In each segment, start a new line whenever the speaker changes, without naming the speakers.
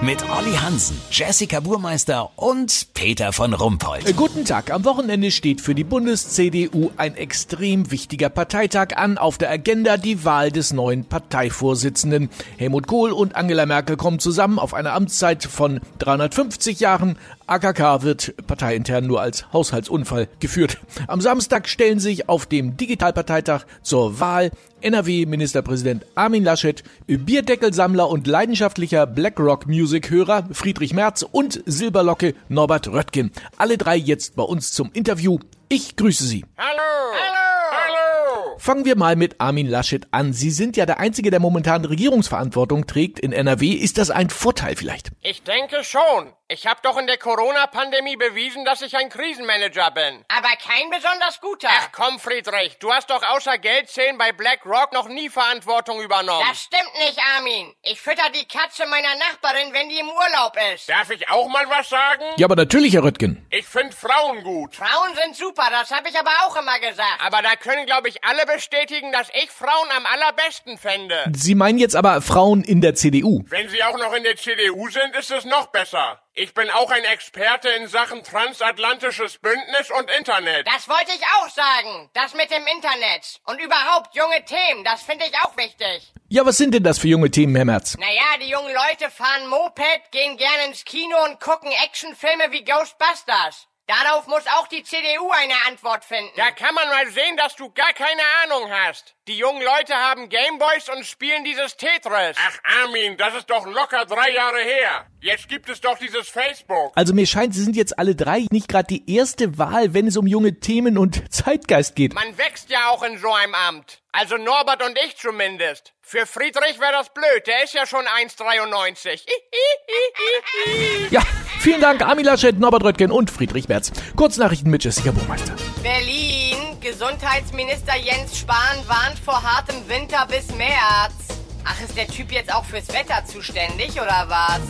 Mit Olli Hansen, Jessica Burmeister und Peter von Rumpold.
Äh, Guten Tag. Am Wochenende steht für die Bundes-CDU ein extrem wichtiger Parteitag an. Auf der Agenda die Wahl des neuen Parteivorsitzenden. Helmut Kohl und Angela Merkel kommen zusammen auf eine Amtszeit von 350 Jahren. AKK wird parteiintern nur als Haushaltsunfall geführt. Am Samstag stellen sich auf dem Digitalparteitag zur Wahl NRW-Ministerpräsident Armin Laschet, Bierdeckelsammler und leidenschaftlicher BlackRock-Music-Hörer Friedrich Merz und Silberlocke Norbert Röttgen. Alle drei jetzt bei uns zum Interview. Ich grüße Sie. Fangen wir mal mit Armin Laschet an. Sie sind ja der Einzige, der momentan Regierungsverantwortung trägt in NRW. Ist das ein Vorteil vielleicht?
Ich denke schon. Ich habe doch in der Corona-Pandemie bewiesen, dass ich ein Krisenmanager bin.
Aber kein besonders guter.
Ach komm, Friedrich, du hast doch außer Geldzählen bei BlackRock noch nie Verantwortung übernommen.
Das stimmt nicht, Armin. Ich fütter die Katze meiner Nachbarin, wenn die im Urlaub ist.
Darf ich auch mal was sagen?
Ja, aber natürlich, Herr Röttgen.
Ich find Frauen gut.
Frauen sind super, das habe ich aber auch immer gesagt.
Aber da können, glaube ich, alle bestätigen, dass ich Frauen am allerbesten fände.
Sie meinen jetzt aber Frauen in der CDU.
Wenn sie auch noch in der CDU sind, ist es noch besser. Ich bin auch ein Experte in Sachen transatlantisches Bündnis und Internet.
Das wollte ich auch sagen. Das mit dem Internet. Und überhaupt junge Themen, das finde ich auch wichtig.
Ja, was sind denn das für junge Themen, Herr Merz?
Naja, die jungen Leute fahren Moped, gehen gerne ins Kino und gucken Actionfilme wie Ghostbusters. Darauf muss auch die CDU eine Antwort finden.
Da kann man mal sehen, dass du gar keine Ahnung hast. Die jungen Leute haben Gameboys und spielen dieses Tetris. Ach Armin, das ist doch locker drei Jahre her. Jetzt gibt es doch dieses Facebook.
Also mir scheint, Sie sind jetzt alle drei nicht gerade die erste Wahl, wenn es um junge Themen und Zeitgeist geht.
Man wächst ja auch in so einem Amt. Also Norbert und ich zumindest. Für Friedrich wäre das blöd, der ist ja schon 1,93.
Ja, vielen Dank Armin Laschet, Norbert Röttgen und Friedrich Merz. Kurznachrichten mit Jessica Burmeister.
Berlin. Gesundheitsminister Jens Spahn warnt vor hartem Winter bis März. Ach, ist der Typ jetzt auch fürs Wetter zuständig oder was?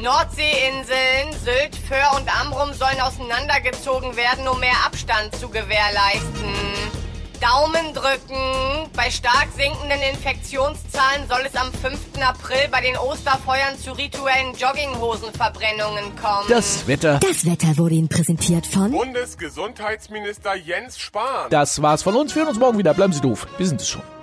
Nordseeinseln, Sylt, Föhr und Amrum sollen auseinandergezogen werden, um mehr Abstand zu gewährleisten. Daumen drücken. Bei stark sinkenden Infektionszahlen soll es am 5. April bei den Osterfeuern zu rituellen Jogginghosenverbrennungen kommen.
Das Wetter,
Das Wetter wurde Ihnen präsentiert von
Bundesgesundheitsminister Jens Spahn.
das war's von uns. Wir hören uns morgen wieder. Bleiben Sie doof. Wir sind es schon.